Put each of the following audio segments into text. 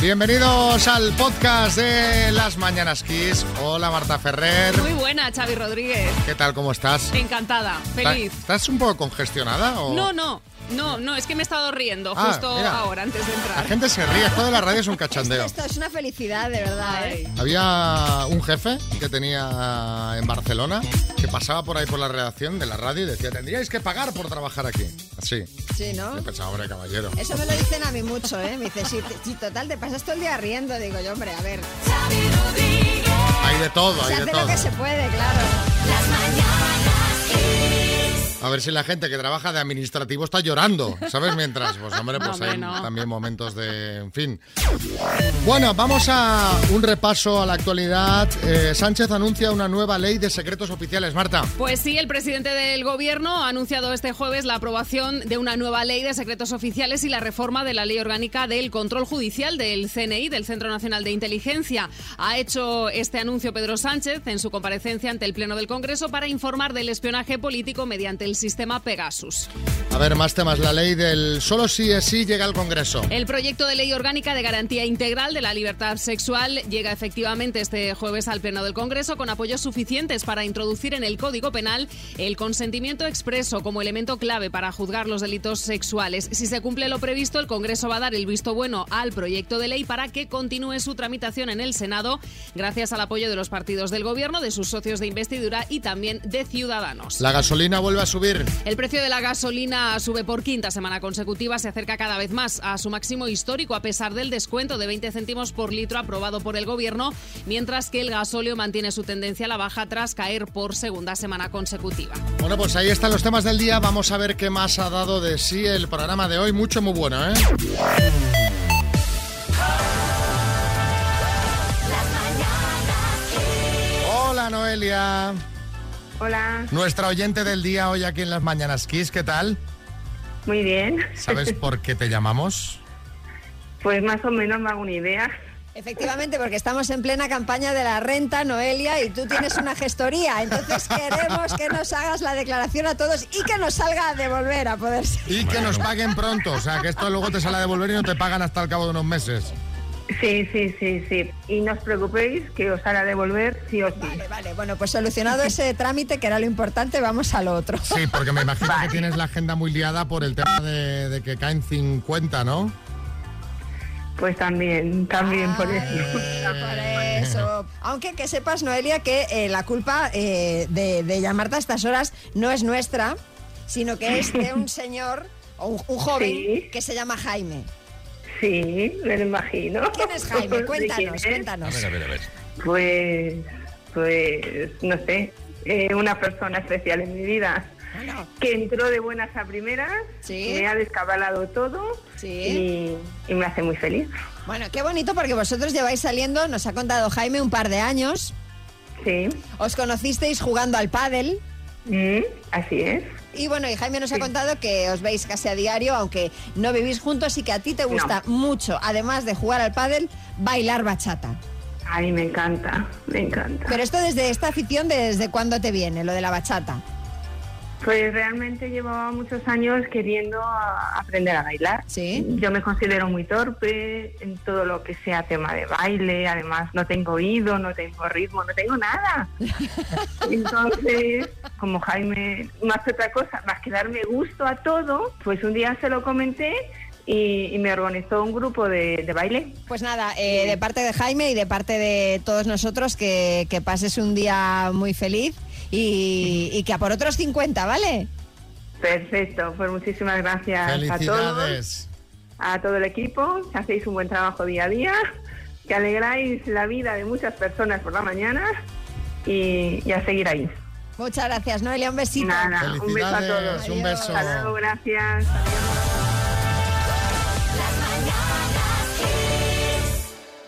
Bienvenidos al podcast de Las Mañanas Kiss. Hola Marta Ferrer. Muy buena, Xavi Rodríguez. ¿Qué tal? ¿Cómo estás? Encantada, feliz. ¿Estás un poco congestionada? O... No, no, no, no, es que me he estado riendo Ah, justo mira. ahora antes de La entrar. gente se ríe, esto de la radio es un cachondeo. Esto es una felicidad, de verdad, ¿eh? Había un jefe que tenía en Barcelona que pasaba por ahí por la redacción de la radio y decía, tendríais que pagar por trabajar aquí. Así. Sí, ¿no? Yo pensaba, hombre, caballero. Eso me lo dicen a mí mucho, ¿eh? Me dicen, si, si total te pasas todo el día riendo, digo yo, hombre, a ver. Hay de todo, Se hay de hace lo todo. que se puede, claro. A ver si la gente que trabaja de administrativo está llorando, ¿sabes? Mientras, pues hombre, pues No, hay hombre, no. también momentos de... en fin. Bueno, vamos a un repaso a la actualidad. Eh, Sánchez anuncia una nueva ley de secretos oficiales. Marta. Pues sí, el presidente del gobierno ha anunciado este jueves la aprobación de una nueva ley de secretos oficiales y la reforma de la ley orgánica del control judicial del CNI, del Centro Nacional de Inteligencia. Ha hecho este anuncio Pedro Sánchez en su comparecencia ante el Pleno del Congreso para informar del espionaje político mediante el sistema Pegasus. A ver, más temas. La ley del solo sí es sí llega al Congreso. El proyecto de ley orgánica de garantía integral de la libertad sexual llega efectivamente este jueves al Pleno del Congreso con apoyos suficientes para introducir en el Código Penal el consentimiento expreso como elemento clave para juzgar los delitos sexuales. Si se cumple lo previsto, el Congreso va a dar el visto bueno al proyecto de ley para que continúe su tramitación en el Senado gracias al apoyo de los partidos del Gobierno, de sus socios de investidura y también de Ciudadanos. La gasolina vuelve a subir. El precio de la gasolina sube por quinta semana consecutiva, se acerca cada vez más a su máximo histórico a pesar del descuento de 20 céntimos por litro aprobado por el gobierno, mientras que el gasóleo mantiene su tendencia a la baja tras caer por segunda semana consecutiva. Bueno, pues ahí están los temas del día. Vamos a ver qué más ha dado de sí el programa de hoy. Mucho, muy bueno, ¿eh? Hola, Noelia. Hola, Nuestra oyente del día hoy aquí en las Mañanas Kiss. ¿Qué tal? muy bien. ¿Sabes por qué te llamamos? Pues más o menos me hago una idea. Efectivamente, porque estamos en plena campaña de la renta, Noelia, y tú tienes una gestoría. Entonces queremos que nos hagas la declaración a todos y que nos salga a devolver a poder ser. Y que nos paguen pronto. O sea, que esto luego te sale a devolver y no te pagan hasta el cabo de unos meses. Sí, sí, sí, sí. Y no os preocupéis que os hará devolver sí o sí. Vale, vale, bueno, pues solucionado ese trámite, que era lo importante, vamos al otro. Sí, porque me imagino que tienes la agenda muy liada por el tema de, de que caen 50, ¿no? Pues también, también por Ah. eso. Ay, por eso. Aunque que sepas, Noelia, que eh, la culpa eh, de, de llamarte a estas horas no es nuestra, sino que es de un señor o un, un joven Sí. que se llama Jaime. Sí, me lo imagino. ¿Quién es ¿De Jaime? quién Cuéntanos, es? A cuéntanos. ver, a ver, a ver. Pues, pues, no sé, eh, una persona especial en mi vida Bueno, que entró de buenas a primeras, Sí. me ha descabalado todo Sí. y, y me hace muy feliz. bueno, qué bonito porque vosotros lleváis saliendo, nos ha contado Jaime, un par de años. Sí, Os conocisteis jugando al pádel. Mm, así es. Y bueno, y Jaime nos ha Sí. contado que os veis casi a diario, aunque no vivís juntos y que a ti te gusta mucho, además de jugar al pádel, bailar bachata. Ay, me encanta, me encanta. Pero esto desde esta afición, ¿desde cuándo te viene lo de la bachata? Pues realmente llevaba muchos años queriendo a- aprender a bailar. Sí. Yo me considero muy torpe en todo lo que sea tema de baile. Además, no tengo oído, no tengo ritmo, no tengo nada. Entonces, como Jaime, más que otra cosa, más que darme gusto a todo, pues un día se lo comenté y, y me organizó un grupo de, de baile. Pues nada, eh, de parte de Jaime y de parte de todos nosotros, que, que pases un día muy feliz y, y que a por otros 50, ¿vale? Perfecto, pues muchísimas gracias a todos. Felicidades. a todo el equipo, que hacéis un buen trabajo día a día, que alegráis la vida de muchas personas por la mañana y, y a seguir ahí. Muchas gracias, Noelia, un besito. Nada, un beso a Felicidades. todos. Un Adiós. beso. Hasta luego, gracias.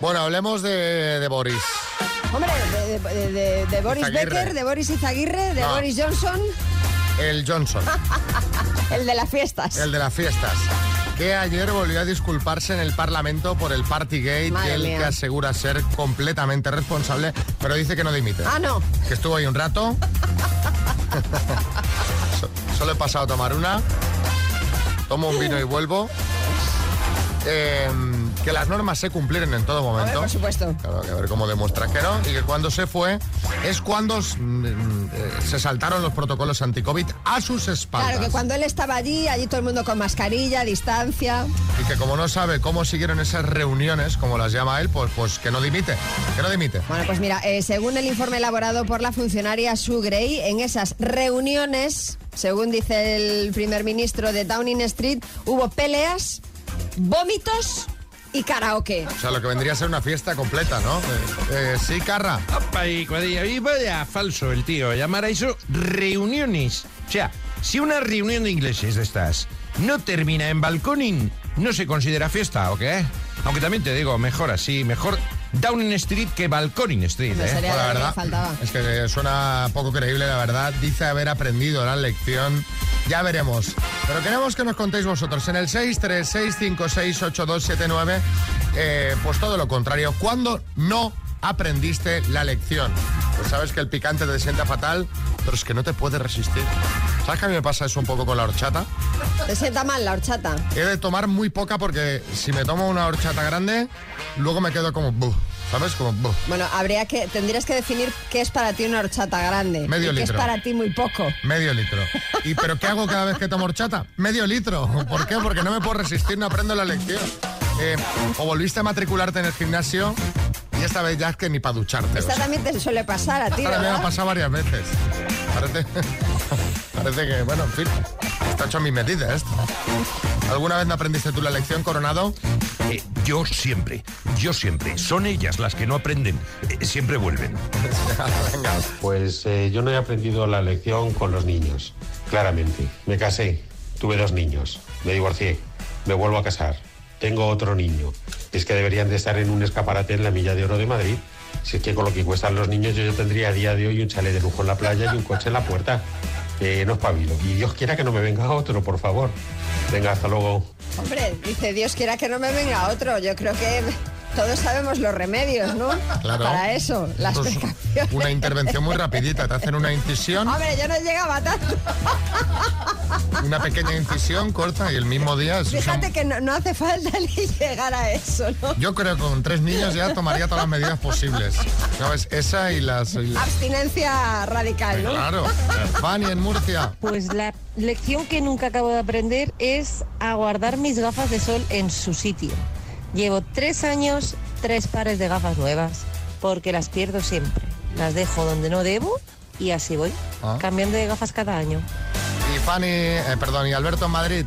Bueno, hablemos de, de Boris. Hombre, de, de- de- de Boris Izaguirre. Becker, de Boris Izaguirre, de No. Boris Johnson, El Johnson, el de las fiestas. el de las fiestas. Que ayer volvió a disculparse en el Parlamento por el Partygate, Madre del mía. que asegura ser completamente responsable, pero dice que no dimite. Ah, no. Que estuvo ahí un rato. So- Solo he pasado a tomar una. Tomo un vino y vuelvo. eh, que las normas se cumplieron en todo momento. por supuesto. Claro, que a ver cómo demuestras que no. Y que cuando se fue es cuando mm, eh, se saltaron los protocolos anti-COVID a sus espaldas. Claro, que cuando él estaba allí, allí todo el mundo con mascarilla, distancia. Y que como no sabe cómo siguieron esas reuniones, como las llama él, pues, pues que no dimite. Que no dimite. Bueno, pues mira, eh, según el informe elaborado por la funcionaria Sue Gray, en esas reuniones, según dice el primer ministro de Downing Street, hubo peleas, vómitos y karaoke. O sea, lo que vendría a ser una fiesta completa, ¿no? Eh, eh, sí, Carra. Opa, y cuadrilla. Y vaya falso el tío. Llamar a eso reuniones. O sea, si una reunión de ingleses de estas no termina en balconing, no se considera fiesta, ¿o qué? Aunque también te digo, mejor así, mejor Downing Street que Balconing Street, Me ¿eh? salía Bueno, lo la que verdad, faltaba. es que suena poco creíble, la verdad. Dice haber aprendido la lección. Ya veremos. Pero queremos que nos contéis vosotros en el 636568279, eh, pues todo lo contrario. ¿Cuándo no aprendiste la lección? Pues sabes que el picante te sienta fatal, pero es que no te puedes resistir. ¿Sabes que a mí me pasa eso un poco con la horchata? Te sienta mal la horchata. He de tomar muy poca porque si me tomo una horchata grande, luego me quedo como... "Buh", ¿Sabes? Como... "Buh". Bueno, habría que, tendrías que definir qué es para ti una horchata grande. Medio y qué litro. es para ti muy poco. Medio litro. ¿Y pero qué hago cada vez que tomo horchata? Medio litro. ¿Por qué? Porque no me puedo resistir, no aprendo la lección. Eh, o volviste a matricularte en el gimnasio y esta vez ya es que ni para ducharte. o Esta sea, también te suele pasar a ti, esta también me ha ¿verdad? pasado varias veces. Parece, parece que, bueno, en fin, está hecho a mis medidas esto. ¿Alguna vez no aprendiste tú la lección, Coronado? Eh, yo siempre, yo siempre. Son ellas las que no aprenden. Eh, siempre vuelven. Venga. Pues eh, yo no he aprendido la lección con los niños, claramente. Me casé, tuve dos niños, me divorcié, me vuelvo a casar, tengo otro niño. Es que deberían de estar en un escaparate en la Milla de Oro de Madrid. Si es que con lo que cuestan los niños, yo, yo tendría a día de hoy un chalet de lujo en la playa y un coche en la puerta. Eh, no espabilo. Y Dios quiera que no me venga otro, por favor. Venga, hasta luego. Hombre, dice, Dios quiera que no me venga otro. Yo creo que todos sabemos los remedios, ¿no? Claro. Para eso, las Pues, precauciones. una intervención muy rapidita, te hacen una incisión, Hombre, yo no llegaba tanto. una pequeña incisión corta y el mismo día... eso son- Fíjate que no, no hace falta ni llegar a eso, ¿no? Yo creo que con tres niños ya tomaría todas las medidas posibles. ¿Sabes? Esa y las... y las- Abstinencia radical, ¿no? Claro. Fanny en Murcia. Pues la lección que nunca acabo de aprender es a guardar mis gafas de sol en su sitio. Llevo tres años, tres pares de gafas nuevas, porque las pierdo siempre. Las dejo donde no debo y así voy, Ah. cambiando de gafas cada año. Y Fanny, eh, perdón, y Alberto en Madrid.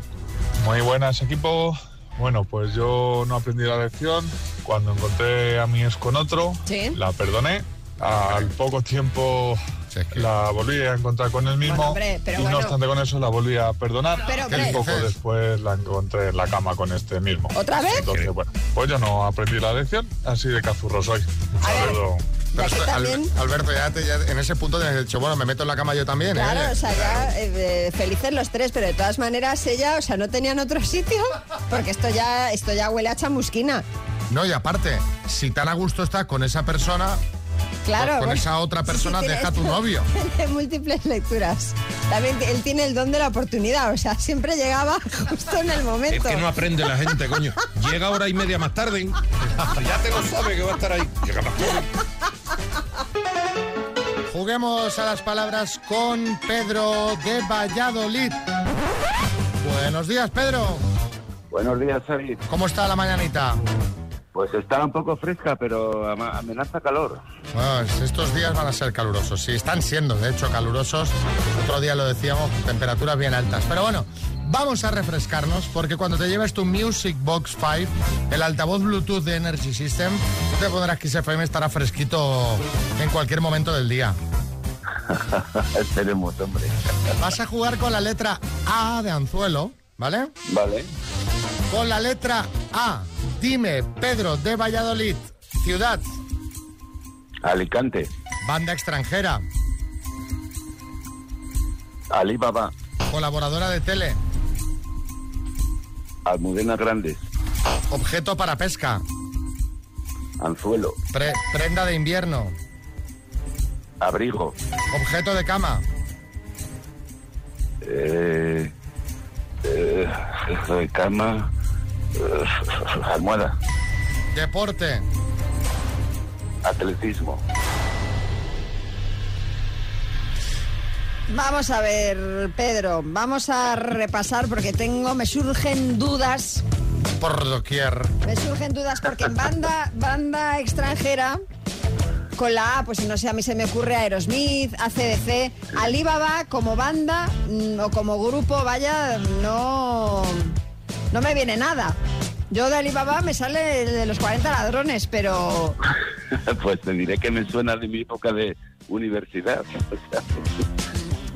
Muy buenas equipo. Bueno, pues yo no aprendí la lección. Cuando encontré a mi ex con otro, Sí. la perdoné. Al poco tiempo Sí, es que- la volví a encontrar con el mismo. Bueno, hombre, pero y bueno. no obstante con eso la volví a perdonar. y Pero, hombre. poco después la encontré en la cama con este mismo. ¿Otra vez? Entonces, bueno, pues yo no aprendí la lección, así de cazurro soy. Un A ver. saludo. Ya Pero que esto, Al- también- Alberto, ya, te- ya en ese punto te has dicho, bueno, me meto en la cama yo también. ¿eh? Claro, o sea, ya eh, eh, felices los tres, pero de todas maneras ella, o sea, no tenían otro sitio, porque esto ya, esto ya huele a chamusquina. No, y aparte, si tan a gusto estás con esa persona, Claro. Con- con bueno. esa otra persona tiene deja a tu esto- novio. tiene múltiples lecturas. También t- él tiene el don de la oportunidad, o sea, siempre llegaba justo en el Es momento. que no aprende la gente, coño. Llega hora y media más tarde. Ya te lo sabe que va a estar ahí. Llega más tarde. juguemos a las palabras con Pedro de Valladolid. Buenos días, Pedro. Buenos días, Xavi. ¿Cómo está la mañanita? Pues está un poco fresca, pero ama- amenaza calor. Pues estos días van a ser calurosos, sí, están siendo de hecho calurosos. Otro día lo decíamos, temperaturas bien altas. Pero bueno, vamos a refrescarnos porque cuando te lleves tu Music Box 5, el altavoz Bluetooth de Energy System, tú te pondrás Kiss FM, estará fresquito en cualquier momento del día. Esperemos, hombre. Vas a jugar con la letra A de anzuelo, ¿vale? Vale. Con la letra A, dime, Pedro de Valladolid, ciudad, Alicante. banda extranjera, Alibaba. colaboradora de tele, Almudena Grandes. objeto para pesca. Anzuelo. Pre- prenda de invierno. Abrigo. Objeto de cama. Eh, eh, cama. Almohada. Deporte. Atletismo. Vamos a ver, Pedro, vamos a repasar porque tengo, me surgen dudas. Por doquier. Me surgen dudas porque en banda, banda extranjera, con la A, pues no sé, a mí se me ocurre Aerosmith, ACDC, Alibaba como banda mm, o como grupo, vaya, no, no me viene nada. Yo de Alibaba me sale el de los 40 ladrones, pero pues te diré que me suena de mi época de universidad. O sea,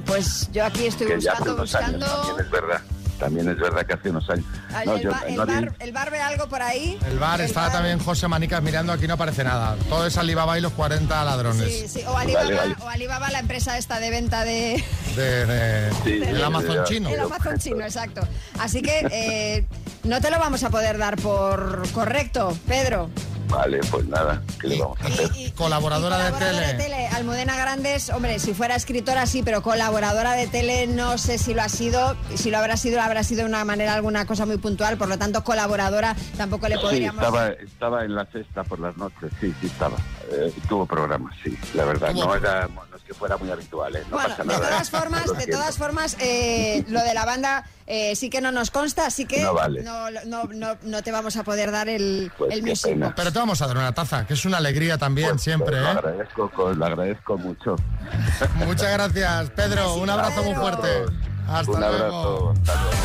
pues yo aquí estoy que ya hace buscando, unos años. buscando... También es verdad. También es verdad que hace unos años. Ay, No, el, yo- ba- el no di- bar, el bar ve algo por ahí. El bar está bar- también José Manicas mirando, aquí no aparece nada. Todo es Alibaba y los 40 Sí, ladrones. sí, O Alibaba, Vale, vale. o Alibaba, la empresa esta de venta de De, de- Sí, del sí, Amazon sí, sí. chino. el Amazon chino, exacto. Así que eh, no te lo vamos a poder dar por correcto, Pedro. Vale, pues nada, ¿qué le vamos a hacer? Y- y- Eh, Colaboradora de tele. Almudena Grandes, hombre, si fuera escritora sí, pero colaboradora de tele no sé si lo ha sido, y si lo habrá sido, lo habrá sido de una manera, alguna cosa muy puntual, por lo tanto colaboradora tampoco le Sí, podríamos... estaba, estaba en la sexta por las noches, sí, sí estaba. Eh, tuvo programas, sí, la verdad. Tuvo- No, era, no es que fuera muy habitual, ¿eh? no Bueno, pasa de nada. todas ¿eh? formas, Lo de siento. todas formas, eh, lo de la banda eh, sí que no nos consta, así que No vale. no, no- no- no te vamos a poder dar el, Pues el qué music pena. box. Pero te vamos a dar una taza, que es una alegría también Pues, siempre. Lo ¿eh? agradezco, co- lo agradezco mucho. Muchas gracias, Pedro. Un abrazo muy Pedro. fuerte. Hasta Pues, Un abrazo. luego. Hasta luego.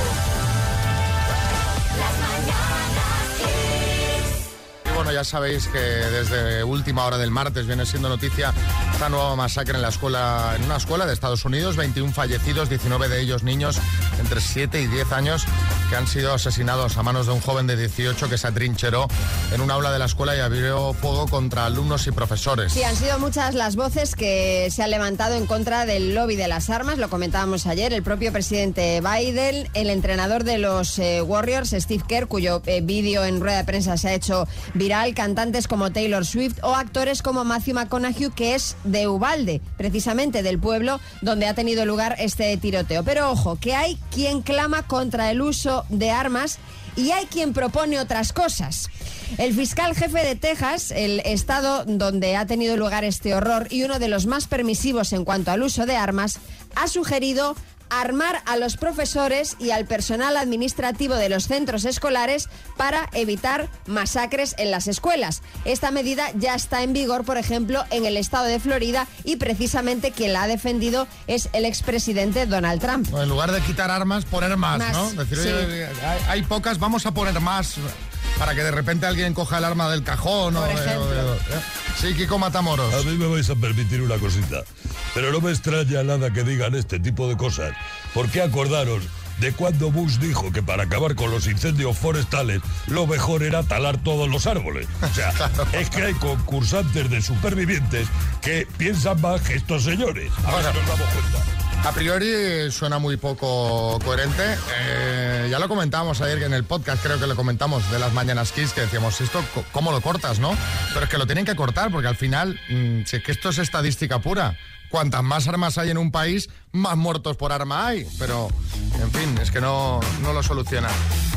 Y bueno, ya sabéis que desde última hora del martes viene siendo noticia esta nueva masacre en la escuela, en una escuela de Estados Unidos, 21 fallecidos, 19 de ellos niños entre 7 y 10 años que han sido asesinados a manos de un joven de 18 que se atrincheró en un aula de la escuela y abrió fuego contra alumnos y profesores. Sí, han sido muchas las voces que se han levantado en contra del lobby de las armas, lo comentábamos ayer, el propio presidente Biden, el entrenador de los eh, Warriors, Steve Kerr, cuyo eh, vídeo en rueda de prensa se ha hecho viral, cantantes como Taylor Swift o actores como Matthew McConaughey, que es de Ubalde, precisamente del pueblo donde ha tenido lugar este tiroteo. Pero ojo, que hay quien clama contra el uso de armas y hay quien propone otras cosas. El fiscal jefe de Texas, el estado donde ha tenido lugar este horror y uno de los más permisivos en cuanto al uso de armas, ha sugerido armar a los profesores y al personal administrativo de los centros escolares para evitar masacres en las escuelas. Esta medida ya está en vigor, por ejemplo, en el estado de Florida y precisamente quien la ha defendido es el expresidente Donald Trump. No, En lugar de quitar armas, poner más, Más, ¿no? Decir, sí. "Oye, hay, hay pocas, vamos a poner más para que de repente alguien coja el arma del cajón. o Por de- o de- ejemplo. ¿eh? Sí, Kiko Matamoros. A mí me vais a permitir una cosita, pero no me extraña nada que digan este tipo de cosas, porque acordaros de cuando Bush dijo que para acabar con los incendios forestales lo mejor era talar todos los árboles. O sea, es que hay concursantes de supervivientes que piensan más que estos señores. A ver si nos damos cuenta. A priori suena muy poco coherente. Eh, ya lo comentábamos ayer que en el podcast, creo que lo comentamos de las mañanas Kiss, que decíamos, ¿esto co- cómo lo cortas, no? Pero es que lo tienen que cortar, porque al final, mm, si es que esto es estadística pura. Cuantas más armas hay en un país, más muertos por arma hay. Pero, en fin, es que no, no lo soluciona.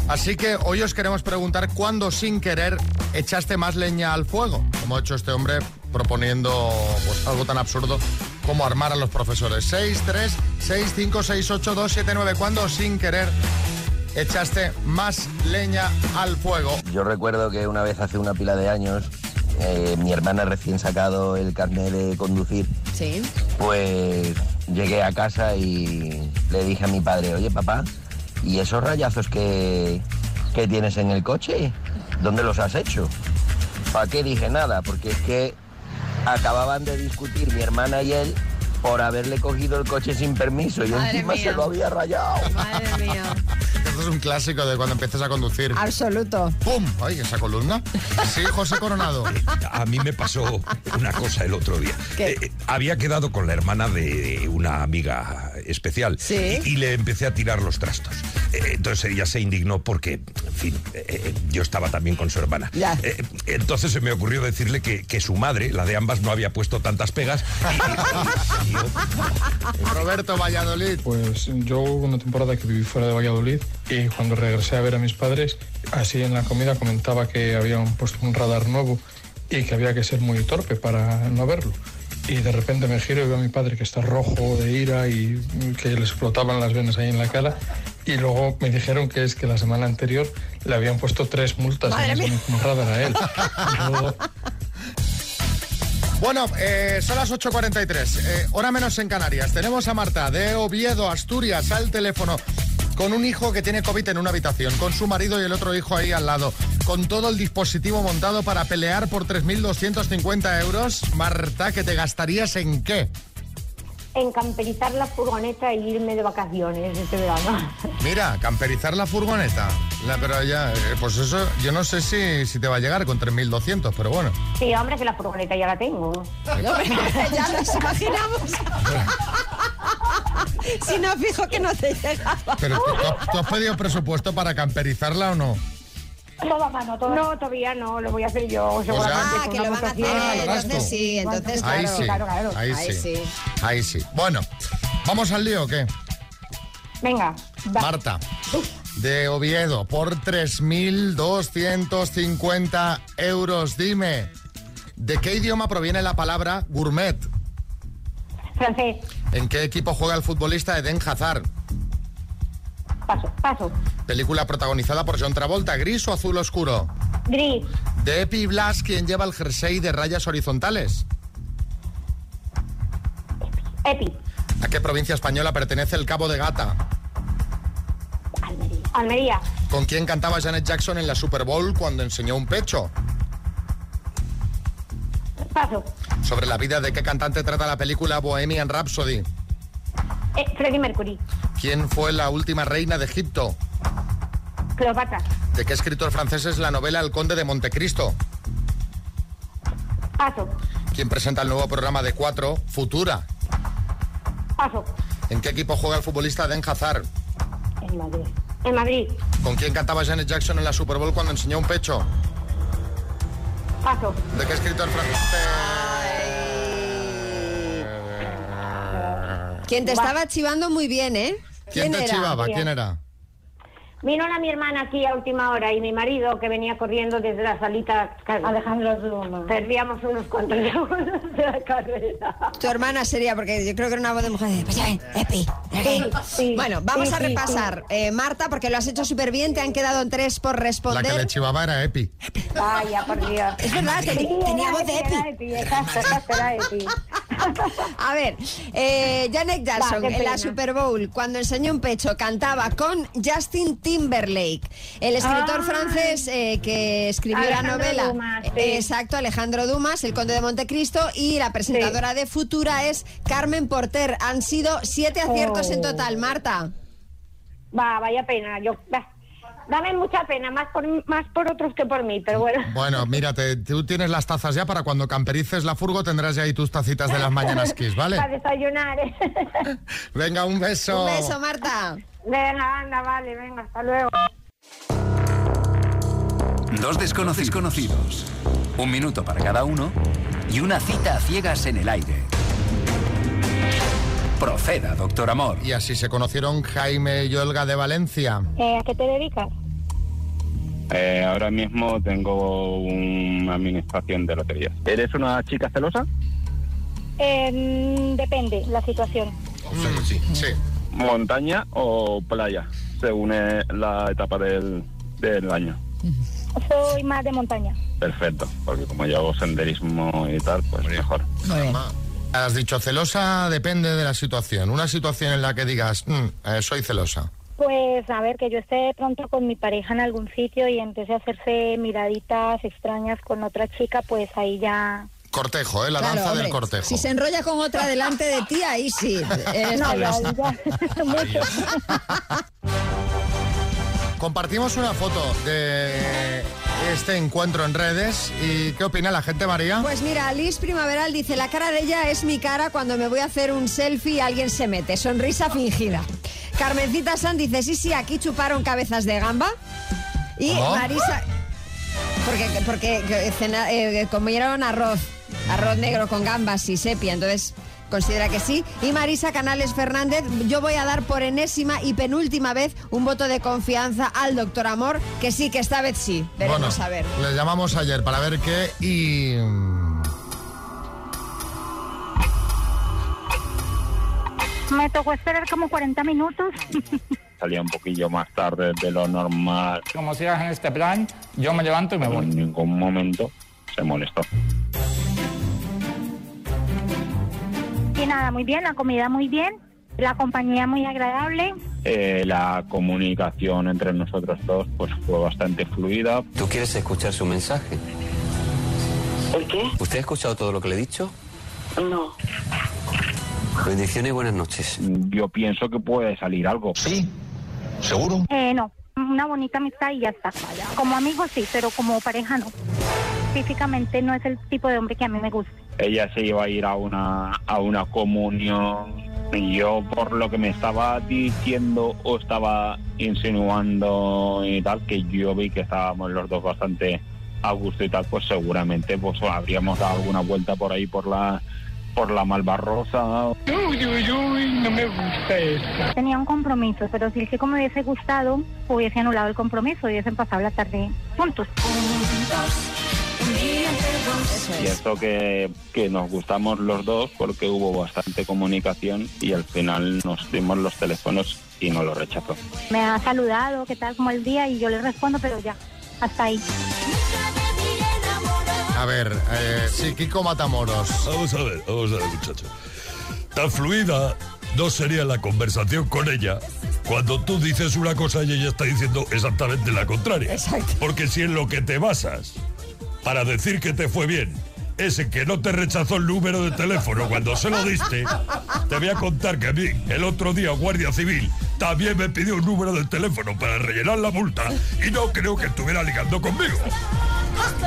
Así que hoy os queremos preguntar cuándo sin querer echaste más leña al fuego, como ha hecho este hombre proponiendo pues, algo tan absurdo como armar a los profesores. 6, 3, 6, 5, 6, 8, 2, 7, 9. ¿Cuándo sin querer echaste más leña al fuego? Yo recuerdo que una vez hace una pila de años, eh, mi hermana recién sacado el carnet de conducir, Sí. pues llegué a casa y le dije a mi padre, oye papá, ¿y esos rayazos que, que tienes en el coche? ¿Dónde los has hecho? ¿Para qué dije nada? Porque es que acababan de discutir mi hermana y él por haberle cogido el coche sin permiso y Madre encima mía. se lo había rayado. Madre mía. Esto es un clásico de cuando empiezas a conducir. Absoluto. ¡Pum! ¡Ay, esa columna! Sí, José Coronado. A mí me pasó una cosa el otro día. ¿Qué? Eh, había quedado con la hermana de una amiga especial Sí. y, y le empecé a tirar los trastos. Eh, Entonces ella se indignó porque, en fin, eh, eh, yo estaba también con su hermana. Eh, Entonces se me ocurrió decirle que, que su madre, la de ambas, no había puesto tantas pegas. Roberto Valladolid. Pues yo hubo una temporada que viví fuera de Valladolid y cuando regresé a ver a mis padres, así en la comida comentaba que habían puesto un radar nuevo y que había que ser muy torpe para no verlo. Y de repente me giro y veo a mi padre que está rojo de ira y que le explotaban las venas ahí en la cara. Y luego me dijeron que es que la semana anterior le habían puesto tres multas Madre en ese mía. mismo radar a él. Yo- Bueno, eh, son las 8.43, eh, hora menos en Canarias. Tenemos a Marta de Oviedo, Asturias, al teléfono, con un hijo que tiene COVID en una habitación, con su marido y el otro hijo ahí al lado, con todo el dispositivo montado para pelear por 3.250 euros. Marta, ¿que te gastarías en qué? En camperizar la furgoneta e irme de vacaciones este verano. Mira, camperizar la furgoneta. La, pero ya, eh, pues eso, yo no sé si, si te va a llegar con 3.200, pero bueno. Sí, hombre, que la furgoneta ya la tengo. ya nos imaginamos. si no, fijo que no te llegaba. Pero ¿tú, tú has- tú has pedido presupuesto para camperizarla o no? Todo a mano, todo. No, todavía no, lo voy a hacer yo. seguramente ah, con que una lo van a hacer. votación. entonces sí, entonces Ahí claro. sí, claro, claro. ahí sí. Ahí sí. Bueno, ¿vamos al lío o qué? Venga, va. Marta, de Oviedo, por 3.250 euros, dime, ¿de qué idioma proviene la palabra gourmet? Francés, ¿En qué equipo juega el futbolista Eden Hazard? paso, paso. Película protagonizada por John Travolta, gris o azul oscuro. Gris, De Epi Blas, ¿quién lleva el jersey de rayas horizontales? Epi, ¿A qué provincia española pertenece el Cabo de Gata? Almería, ¿Con quién cantaba Janet Jackson en la Super Bowl cuando enseñó un pecho? paso. Sobre la vida de qué cantante trata la película Bohemian Rhapsody. Eh, Freddie Mercury, ¿Quién fue la última reina de Egipto? Cleopatra, ¿De qué escritor francés es la novela El Conde de Montecristo? paso, ¿Quién presenta el nuevo programa de Cuatro, Futura? paso. ¿En qué equipo juega el futbolista Den Hazard? En Madrid. En Madrid, ¿Con quién cantaba Janet Jackson en la Super Bowl cuando enseñó un pecho? paso. ¿De qué escritor francés? Quien te estaba chivando muy bien, ¿eh? ¿Quién, te era? chivaba? ¿Quién era? Vino a mi hermana aquí a última hora y mi marido que venía corriendo desde la salita Alejandro Zuma. Perdíamos unos cuantos segundos de la carrera. Tu hermana sería, porque yo creo que era una voz de mujer. de, Pues ya ven, Epi. Sí, sí, bueno, vamos sí, a sí, repasar. Eh, Marta, porque lo has hecho súper bien, te han quedado tres por La que responder. le chivaba era Epi. Vaya, por Dios. Es verdad, ten- tenía voz de Epi. Era Epi, exacto, exacto, era Epi. A ver, eh, Janet Jackson Va, qué en la pena. Super Bowl, cuando enseñó un pecho, cantaba con Justin Timberlake, el escritor Ah. francés eh, que escribió la Alejandro novela. Dumas, sí. Eh, Exacto, Alejandro Dumas, el conde de Montecristo, y la presentadora de Futura es Carmen Porter. Han sido siete aciertos en Oh. total, Marta. Va, vaya pena. Yo, va. Dame mucha pena, más por, más por otros que por mí, pero bueno. Bueno, mírate, tú tienes las tazas ya para cuando camperices la furgo tendrás ya ahí tus tacitas de las mañanas kiss, ¿vale? Para desayunar. ¿eh? Venga, un beso. Un beso, Marta. venga, anda, vale, venga, hasta luego. Dos desconocidos conocidos. Un minuto para cada uno y una cita a ciegas en el aire. Proceda, doctor Amor. Y así se conocieron Jaime y Olga de Valencia. Eh, ¿A qué te dedicas? Eh, ahora mismo tengo una administración de loterías. ¿Eres una chica celosa? depende, la situación. sí, sí. ¿Montaña o playa? Según eh, la etapa del, del año. Soy más de montaña. Perfecto, porque como yo hago senderismo y tal, pues mejor. Ma, Has dicho celosa depende de la situación. Una situación en la que digas, "Mm, eh, soy celosa. Pues a ver, que yo esté de pronto con mi pareja en algún sitio y empiece a hacerse miraditas extrañas con otra chica, pues ahí ya... Cortejo, ¿eh? La Claro, danza hombre, del cortejo. Si se enrolla con otra delante de ti, ahí sí. eres No, ya, celosa. ya, mucho. Compartimos una foto de este encuentro en redes. ¿Y qué opina la gente, María? Pues mira, Liz Primaveral dice, la cara de ella es mi cara cuando me voy a hacer un selfie y alguien se mete. Sonrisa fingida. Carmencita San dice, sí, sí, aquí chuparon cabezas de gamba. Y ¿Cómo? Marisa... Porque, porque que cena- eh, comieron arroz, arroz negro con gambas y sepia, entonces considera que sí. Y Marisa Canales Fernández, yo voy a dar por enésima y penúltima vez un voto de confianza al doctor Amor, que sí, que esta vez sí. Veremos Bueno, a ver. Le llamamos ayer para ver qué y. mm, Me tocó esperar como 40 minutos. Salía un poquillo más tarde de lo normal. Como sigas en este plan, yo me levanto y me voy. En ningún momento se molestó. Y nada, muy bien, la comida muy bien, la compañía muy agradable. Eh, la comunicación entre nosotros dos pues fue bastante fluida. ¿Tú quieres escuchar su mensaje? ¿Por qué? ¿Usted ha escuchado todo lo que le he dicho? No. Bendiciones y buenas noches. Yo pienso que puede salir algo. Sí, seguro. Eh, no, una bonita amistad y ya está. Como amigo sí, pero como pareja no. Físicamente no es el tipo de hombre que a mí me gusta. Ella se iba a ir a una, a una comunión y yo por lo que me estaba diciendo o estaba insinuando y tal, que yo vi que estábamos los dos bastante a gusto y tal, pues seguramente pues habríamos dado alguna vuelta por ahí por la por la Malvarrosa. Uy, uy, uy, no me gusta esto. Tenía un compromiso, pero si el chico me hubiese gustado, hubiese anulado el compromiso, hubiesen pasado la tarde juntos. Y eso que, que nos gustamos los dos porque hubo bastante comunicación y al final nos dimos los teléfonos y no lo rechazó. Me ha saludado, ¿qué tal? como el día? Y yo le respondo, pero ya, hasta ahí. A ver, eh, sí, Kiko Matamoros. Vamos a ver, vamos a ver, muchacho. Tan fluida no sería la conversación con ella cuando tú dices una cosa y ella está diciendo exactamente la contraria. Porque si en lo que te basas para decir que te fue bien es en que no te rechazó el número de teléfono cuando se lo diste, te voy a contar que a mí el otro día Guardia Civil también me pidió un número de teléfono para rellenar la multa y no creo que estuviera ligando conmigo.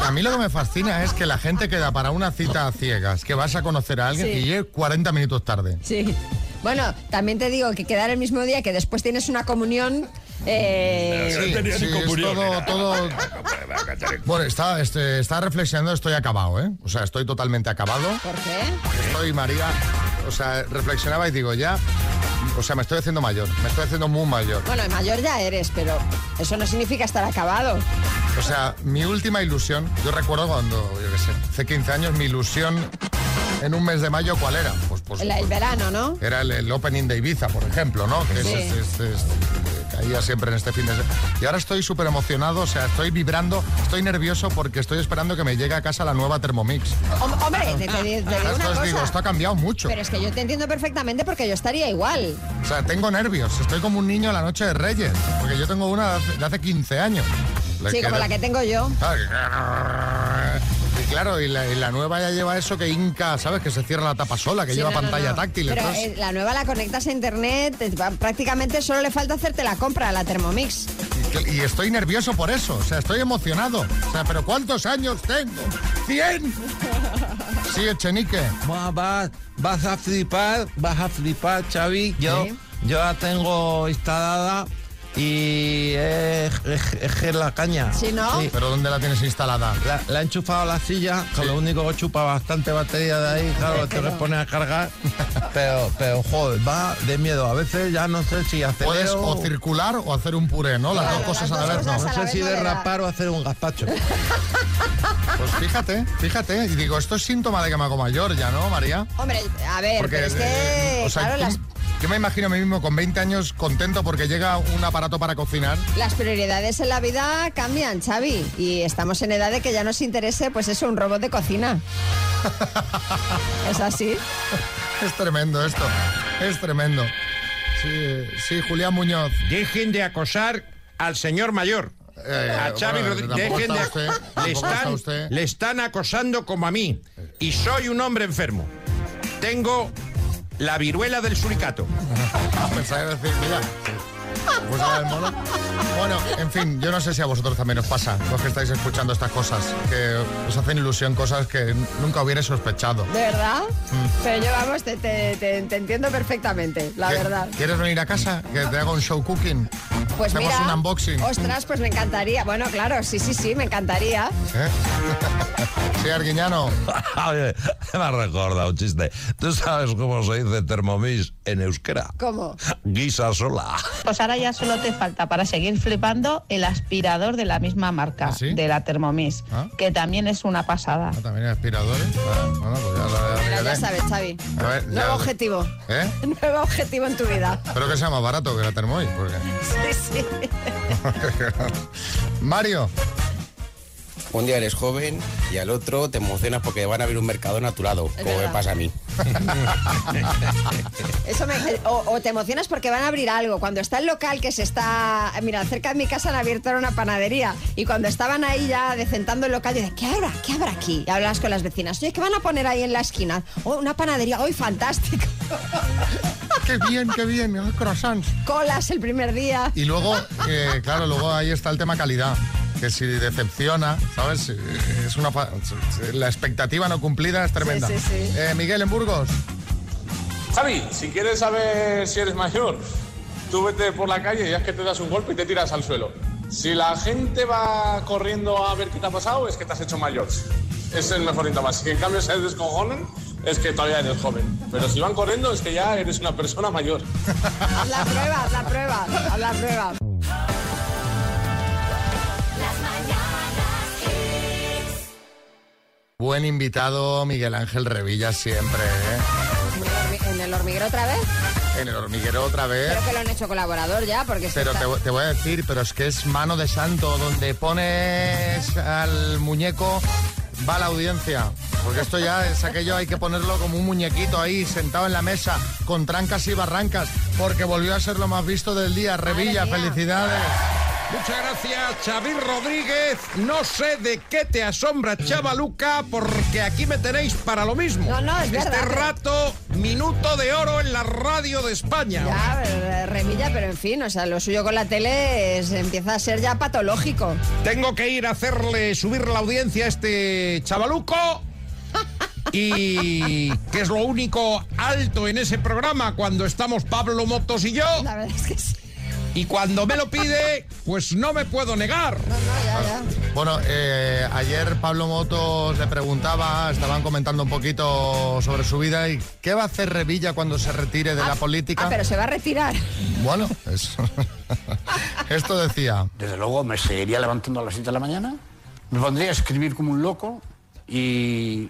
A mí lo que me fascina es que la gente queda para una cita a ciegas, que vas a conocer a alguien Sí. y llegue 40 minutos tarde. Sí. Bueno, también te digo que quedar el mismo día que después tienes una comunión... eh, Sí, sí, es todo, todo- Bueno, está, este, está reflexionando, estoy acabado, ¿eh? O sea, estoy totalmente acabado. ¿Por qué? Estoy, María, o sea, reflexionaba y digo, ya, o sea, me estoy haciendo mayor, me estoy haciendo muy mayor. Bueno, mayor ya eres, pero eso no significa estar acabado. O sea, mi última ilusión, yo recuerdo cuando, yo qué sé, hace 15 años, mi ilusión en un mes de mayo, ¿cuál era? Pues, pues El, el verano, ¿no? era el, el opening de Ibiza, por ejemplo, ¿no? Que es- Sí. es- es- es- caía siempre en este fin de semana. Y ahora estoy súper emocionado, o sea, estoy vibrando, estoy nervioso porque estoy esperando que me llegue a casa la nueva Thermomix. Hom- hombre, te, te- te digo Entonces una digo, cosa. esto ha cambiado mucho. Pero es que yo te entiendo perfectamente porque yo estaría igual. O sea, tengo nervios, estoy como un niño en la noche de Reyes, porque yo tengo una de hace, de hace 15 años. Le sí, como queda- la que tengo yo. Ah, Y claro, y la, y la nueva ya lleva eso que Inca, ¿sabes? Que se cierra la tapa sola, que Sí, lleva no, no, pantalla no. táctil. Pero entonces- eh, la nueva la conectas a internet, te va- prácticamente solo le falta hacerte la compra a la Thermomix. Y estoy nervioso por eso, o sea, estoy emocionado. O sea, pero ¿cuántos años tengo? ¡Cien! Sí, Echenique. vas a flipar, vas a flipar, Xavi. Yo, yo la tengo instalada y es, es- es que es la caña. Sí, ¿no? ¿Pero dónde la tienes instalada? La, la he enchufado a la silla, que lo único que chupa bastante batería de ahí, claro, te lo pones a cargar. Pero, pero, joder, va de miedo. A veces ya no sé si hacer Puedes o circular o hacer un puré, ¿no? Las dos cosas a la vez, no. No sé si derrapar o hacer un gazpacho. Pues fíjate, fíjate. Y digo, esto es síntoma de que me hago mayor ya, ¿no, María? Hombre, a ver, pero es que, eh, o sea, claro, tú- las, Yo me imagino a mí mismo con 20 años contento porque llega un aparato para cocinar. las prioridades en la vida cambian, Xavi. Y estamos en edad de que ya nos interese, pues eso, un robot de cocina. ¿Es así? Es tremendo esto, es tremendo. Sí, eh, sí, Julián Muñoz. Dejen de acosar al señor mayor. a Xavi bueno, Rodríguez. tampoco Dejen está de- usted, le, tampoco está están, usted. le están acosando como a mí. Y soy un hombre enfermo. Tengo la viruela del suricato. Pensaba que iba a decir, mira, ¿Pues ahora el mono? Bueno, en fin, yo no sé si a vosotros también os pasa, los que estáis escuchando estas cosas, que os hacen ilusión cosas que nunca hubierais sospechado. ¿De verdad? Pero yo, vamos, te, te- te- te entiendo perfectamente, la Mm. ¿Qué- verdad. ¿Quieres venir a casa? Que te haga un show cooking. Pues Hacemos mira, un unboxing. ostras, pues me encantaría. Bueno, claro, sí, sí, sí, me encantaría. ¿Eh? Sí, Arguiñano. Oye, me recuerda un chiste. ¿Tú sabes cómo se dice Thermomix en euskera? ¿Cómo? Guisa sola. Pues ahora ya solo te falta para seguir flipando el aspirador de la misma marca, de la Thermomix, que también es una pasada. También hay aspiradores. Ah, bueno, pues ya lo- Mira, lo- ya sabes, Xavi. A ver, ya- Nuevo objetivo. ¿Eh? Nuevo objetivo en tu vida. Espero que sea más barato que la Thermoix, porque... Sí, sí. Mario. Un día eres joven y al otro te emocionas porque van a abrir un mercado a tu lado, Es como me verdad. pasa a mí. Eso me, o, o te emocionas porque van a abrir algo. Cuando está el local que se está. Mira, cerca de mi casa han abierto una panadería. Y cuando estaban ahí ya decentando el local, yo decía, ¿qué habrá? ¿Qué habrá aquí? Y hablas con las vecinas. Oye, ¿qué van a poner ahí en la esquina? Oh, una panadería. ¡Hoy fantástico! ¡Qué bien, qué bien! croissants! Colas el primer día. Y luego, eh, claro, luego ahí está el tema calidad. Que si decepciona, ¿sabes? Eh, Es una fa- la expectativa no cumplida es tremenda. Sí, sí, sí. Eh, Miguel en Burgos. Javi, si quieres saber si eres mayor, tú vete por la calle y es que te das un golpe y te tiras al suelo. Si la gente va corriendo a ver qué te ha pasado, es que te has hecho mayor. Ese es el mejor síntoma. Si en cambio se descojonan, es que todavía eres joven. Pero si van corriendo, es que ya eres una persona mayor. Haz la prueba, haz la prueba, haz la prueba. Buen invitado, Miguel Ángel Revilla, siempre. ¿eh? ¿En el hormiguero otra vez? En el hormiguero otra vez. Creo que lo han hecho colaborador ya, porque se Pero está- te, vo- te voy a decir, pero es que es mano de santo, donde pones al muñeco va la audiencia. Porque esto ya es aquello, hay que ponerlo como un muñequito ahí, sentado en la mesa, con trancas y barrancas, porque volvió a ser lo más visto del día. Revilla, felicidades. Muchas gracias, Xavi Rodríguez. No sé de qué te asombra, chavaluca, porque aquí me tenéis para lo mismo. No, no, es Este verdad. ¿eh? rato, minuto de oro en la radio de España. Ya, eh, remilla, pero en fin, o sea, lo suyo con la tele es- empieza a ser ya patológico. Tengo que ir a hacerle subir la audiencia a este chavaluco. Y que es lo único alto en ese programa cuando estamos Pablo Motos y yo. La verdad es que sí. Y cuando me lo pide, pues no me puedo negar. Bueno, eh, ayer Pablo Motos le preguntaba, estaban comentando un poquito sobre su vida y qué va a hacer Revilla cuando se retire de la política. Ah, pero se va a retirar. Bueno, es- esto decía. Desde luego me seguiría levantando a las 7 de la mañana, me pondría a escribir como un loco y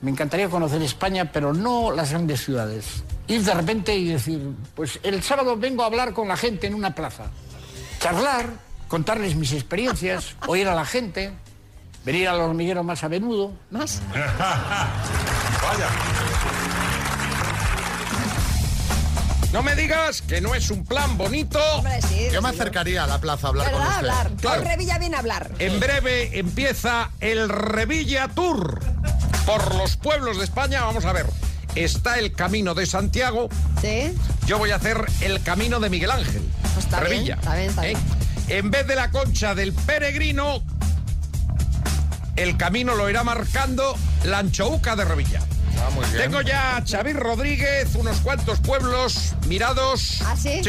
me encantaría conocer España, pero no las grandes ciudades. Ir de repente y decir, pues el sábado vengo a hablar con la gente en una plaza. Charlar, contarles mis experiencias, oír a la gente, venir al hormiguero más a menudo. ¿Más? Vaya. No me digas que no es un plan bonito. Yo me acercaría a la plaza a hablar ¿Verdad? con usted. Hablar. Claro. Eh. Hoy Revilla viene a hablar. En breve empieza el Revilla Tour por los pueblos de España. Vamos a ver. Está el camino de Santiago. Sí. Yo voy a hacer el camino de Miguel Ángel. Pues está bien, Revilla. está bien, está bien. ¿eh? En vez de la concha del peregrino, el camino lo irá marcando la anchouca de Revilla. bien. Tengo ya a Xavier Rodríguez, unos cuantos pueblos mirados. ¿Ah, sí?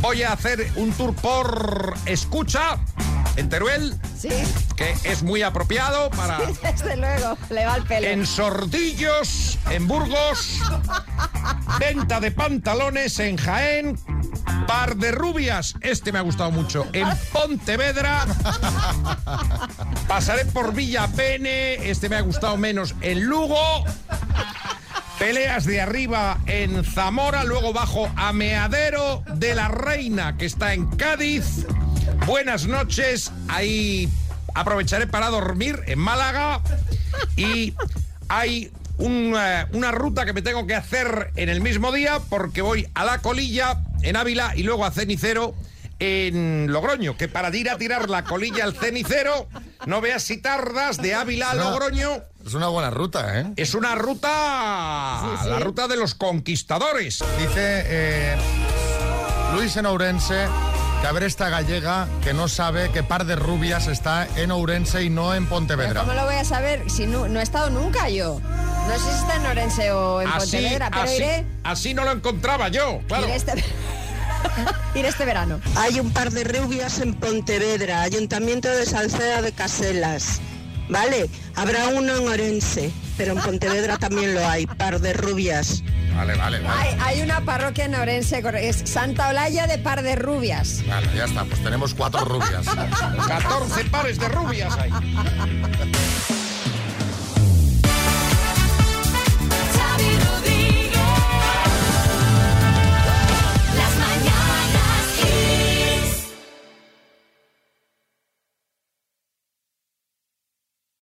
Voy a hacer un tour por Escucha, en Teruel. Sí. Que es muy apropiado para... Sí, desde luego, le va el pelo. En Sordillos, en Burgos, venta de pantalones en Jaén, par de rubias, este me ha gustado mucho, en Pontevedra, pasaré por Villa Pene, este me ha gustado menos, en Lugo, peleas de arriba en Zamora, luego bajo a Meadero de la Reina, que está en Cádiz. Buenas noches, ahí aprovecharé para dormir en Málaga y hay un, eh, una ruta que me tengo que hacer en el mismo día porque voy a La Colilla en Ávila y luego a Cenicero en Logroño, que para ir a tirar la colilla al cenicero, no veas si tardas de Ávila a Es una- Logroño Es una buena ruta, ¿eh? es una ruta. Sí, sí. La ruta de los conquistadores. Dice eh, Luis en Ourense, que a ver esta gallega que no sabe que par de rubias está en Ourense y no en Pontevedra. ¿Cómo lo voy a saber si no, no he estado nunca yo? No sé si está en Orense o Ah, en Pontevedra, pero así, iré, así no lo encontraba yo, claro. iré este... iré este verano. Hay un par de rubias en Pontevedra, Ayuntamiento de Salceda de Caselas. Vale, habrá uno en Orense, pero en Pontevedra también lo hay, par de rubias. Vale, vale, vale. Hay, hay una parroquia en Orense, corre- es Santa Olalla de Par de Rubias. Vale, ya está, pues tenemos cuatro rubias. 14 pares de rubias hay.